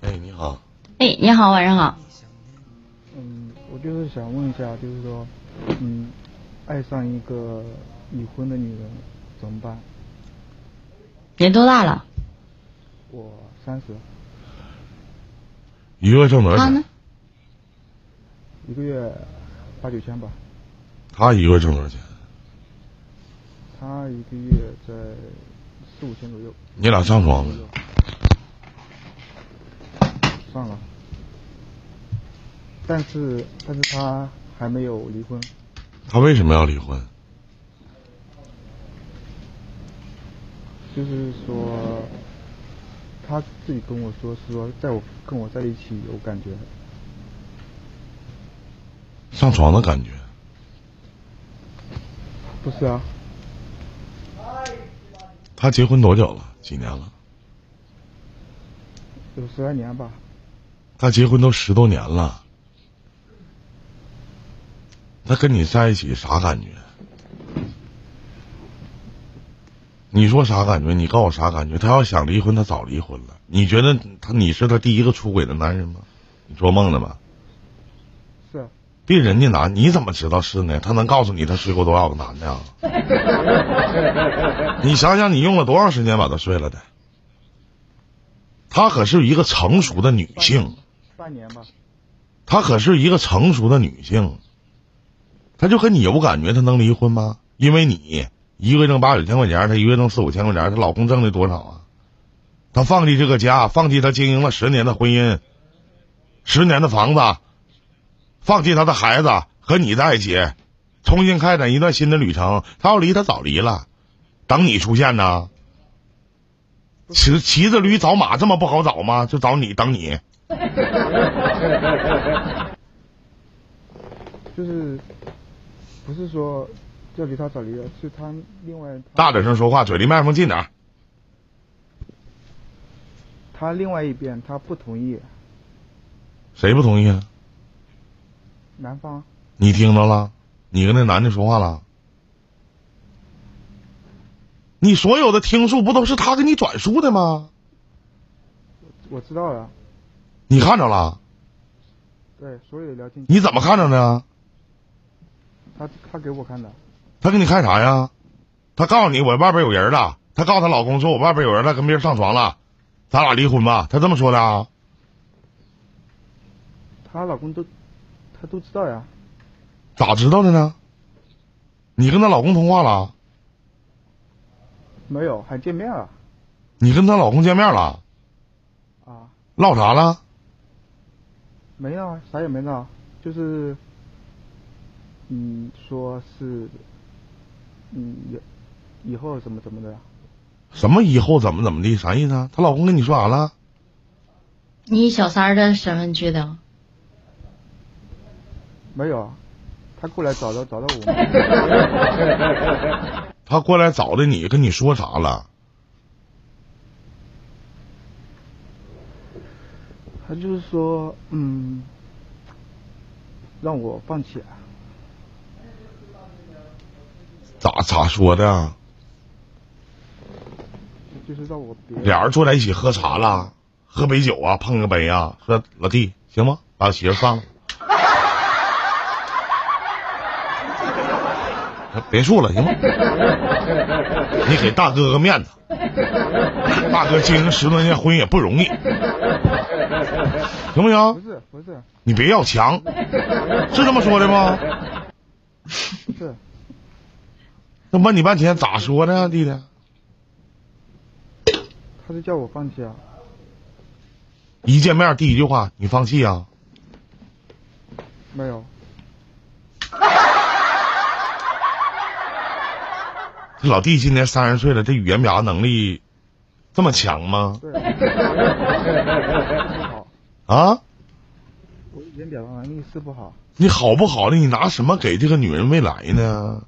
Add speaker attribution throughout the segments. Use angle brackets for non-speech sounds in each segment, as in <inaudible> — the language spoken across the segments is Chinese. Speaker 1: 好，
Speaker 2: 哎，你好，晚上好。
Speaker 3: 嗯，我就是想问一下，就是说，嗯，爱上一个已婚的女人怎么办？
Speaker 2: 您多大了？
Speaker 3: 我三十，
Speaker 1: 一个月挣多少
Speaker 2: 他
Speaker 1: 钱
Speaker 2: 呢？？
Speaker 3: 一个月八九千吧，
Speaker 1: 他一个月挣多少钱？
Speaker 3: 她一个月在四五千左右，
Speaker 1: 你俩上床了？
Speaker 3: 算了。但是，但是她还没有离婚，
Speaker 1: 他为什么要离婚？
Speaker 3: 就是说，她自己跟我说是说，在我跟我在一起有感觉，
Speaker 1: 上床的感觉？
Speaker 3: 不是啊，
Speaker 1: 他结婚多久了？几年了？
Speaker 3: 有十来年吧，
Speaker 1: 他结婚都十多年了，他跟你在一起啥感觉？你说啥感觉？你告诉我啥感觉？他要想离婚，他早离婚了。你觉得他你是他第一个出轨的男人吗？你做梦呢吧？
Speaker 3: 是啊，
Speaker 1: 对人家男，你怎么知道是呢？他能告诉你他睡过多少个男的啊？你想想，你用了多长时间把他睡了的？她可是一个成熟的女性，
Speaker 3: 半年吧，
Speaker 1: 她可是一个成熟的女性，她就跟你有感觉，她能离婚吗？因为你一个月挣八九千块钱，她一个月挣四五千块钱，她老公挣的多少啊？她放弃这个家，放弃她经营了十年的婚姻，十年的房子，放弃她的孩子，和你在一起，重新开展一段新的旅程。她要离，她早离了，等你出现呢。骑骑着驴找马这么不好找吗？就找你等你。
Speaker 3: 就是不是说要离他早离了，是他另外
Speaker 1: 大点声说话，嘴离麦克风近点儿。
Speaker 3: 他另外一边他不同意，
Speaker 1: 谁不同意啊？
Speaker 3: 男方
Speaker 1: 你听到了？你跟那男的说话了？你所有的听数不都是他给你转述的吗？
Speaker 3: 我知道了，
Speaker 1: 你看着了？
Speaker 3: 对，所有的聊天
Speaker 1: 你怎么看着呢？
Speaker 3: 他他给我看的，
Speaker 1: 他给你看啥呀？他告诉你我外边有人了，他告诉她老公说我外边有人了，跟别人上床了，咱俩离婚吧？他这么说的啊？
Speaker 3: 她老公都她都知道呀，
Speaker 1: 咋知道的呢？你跟她老公通话了？
Speaker 3: 没有还见面了
Speaker 1: 你跟她老公见面了？
Speaker 3: 啊，
Speaker 1: 唠啥了？
Speaker 3: 没闹啊，啥也没闹，就是嗯说是嗯以以后怎么怎么的，
Speaker 1: 什么以后怎么怎么地？啥意思啊？她老公跟你说啥了？
Speaker 2: 你以小三儿的身份去的？
Speaker 3: 没有啊，他过来找
Speaker 1: <laughs>
Speaker 3: 到找到我们，
Speaker 1: 他过来找的你，跟你说啥了？
Speaker 3: 他就是说嗯让我放弃啊。
Speaker 1: 咋咋说的啊？
Speaker 3: 就是让我别
Speaker 1: 俩人坐在一起喝茶了，喝杯酒啊，碰个杯啊，说老弟行吗？把媳妇放了， <laughs> 别处了行吗？你给大哥个面子，大哥经营十多年婚姻也不容易，行不
Speaker 3: 不
Speaker 1: 行？
Speaker 3: 是不是
Speaker 1: 你别要强，是这么说的吗？
Speaker 3: 不是，
Speaker 1: 那问你半天咋说的啊，弟弟？
Speaker 3: 他是叫我放弃啊，
Speaker 1: 一见面第一句话，你放弃啊？
Speaker 3: 没有，
Speaker 1: 这老弟今年三十岁了，这语言表达能力这么强吗？ <laughs>
Speaker 3: 对，不好，
Speaker 1: 啊，
Speaker 3: 我语言表达能力是不好，
Speaker 1: 你好不好的？你拿什么给这个女人未来呢？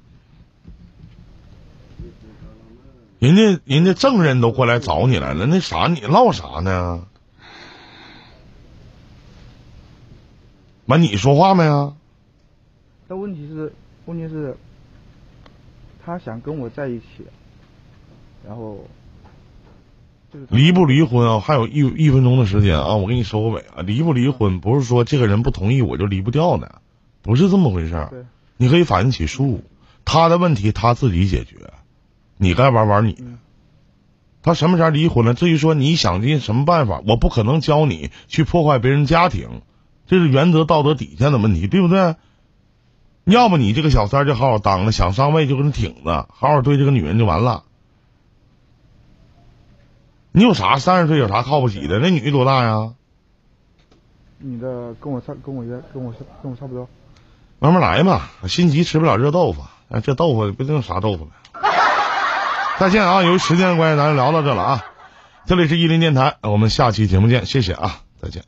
Speaker 1: 人家人家证人都过来找你来了，那啥你唠啥呢？完你说话没啊？
Speaker 3: 但问题是问题是，他想跟我在一起，然后就是
Speaker 1: 离不离婚啊？还有一一分钟的时间啊，我给你收个尾啊。离不离婚不是说这个人不同意我就离不掉的，不是这么回事
Speaker 3: 对
Speaker 1: 儿。你可以法院起诉，他的问题他自己解决，你该玩玩你的
Speaker 3: 嗯。
Speaker 1: 他什么前离婚了？至于说你想尽什么办法，我不可能教你去破坏别人家庭，这是原则道德底线的问题，对不对？要么你这个小三儿就好好当着，想上位就跟他挺着，好好对这个女人就完了。你有啥三十岁有啥靠不起的？那女的多大呀？
Speaker 3: 你的跟我差跟我约跟我差跟我差不多，
Speaker 1: 慢慢来嘛，心急吃不了热豆腐，啊，这豆腐不定啥豆腐呢。再见啊！由于时间关系，咱就聊到这了啊。这里是伊林电台，我们下期节目见，谢谢啊，再见。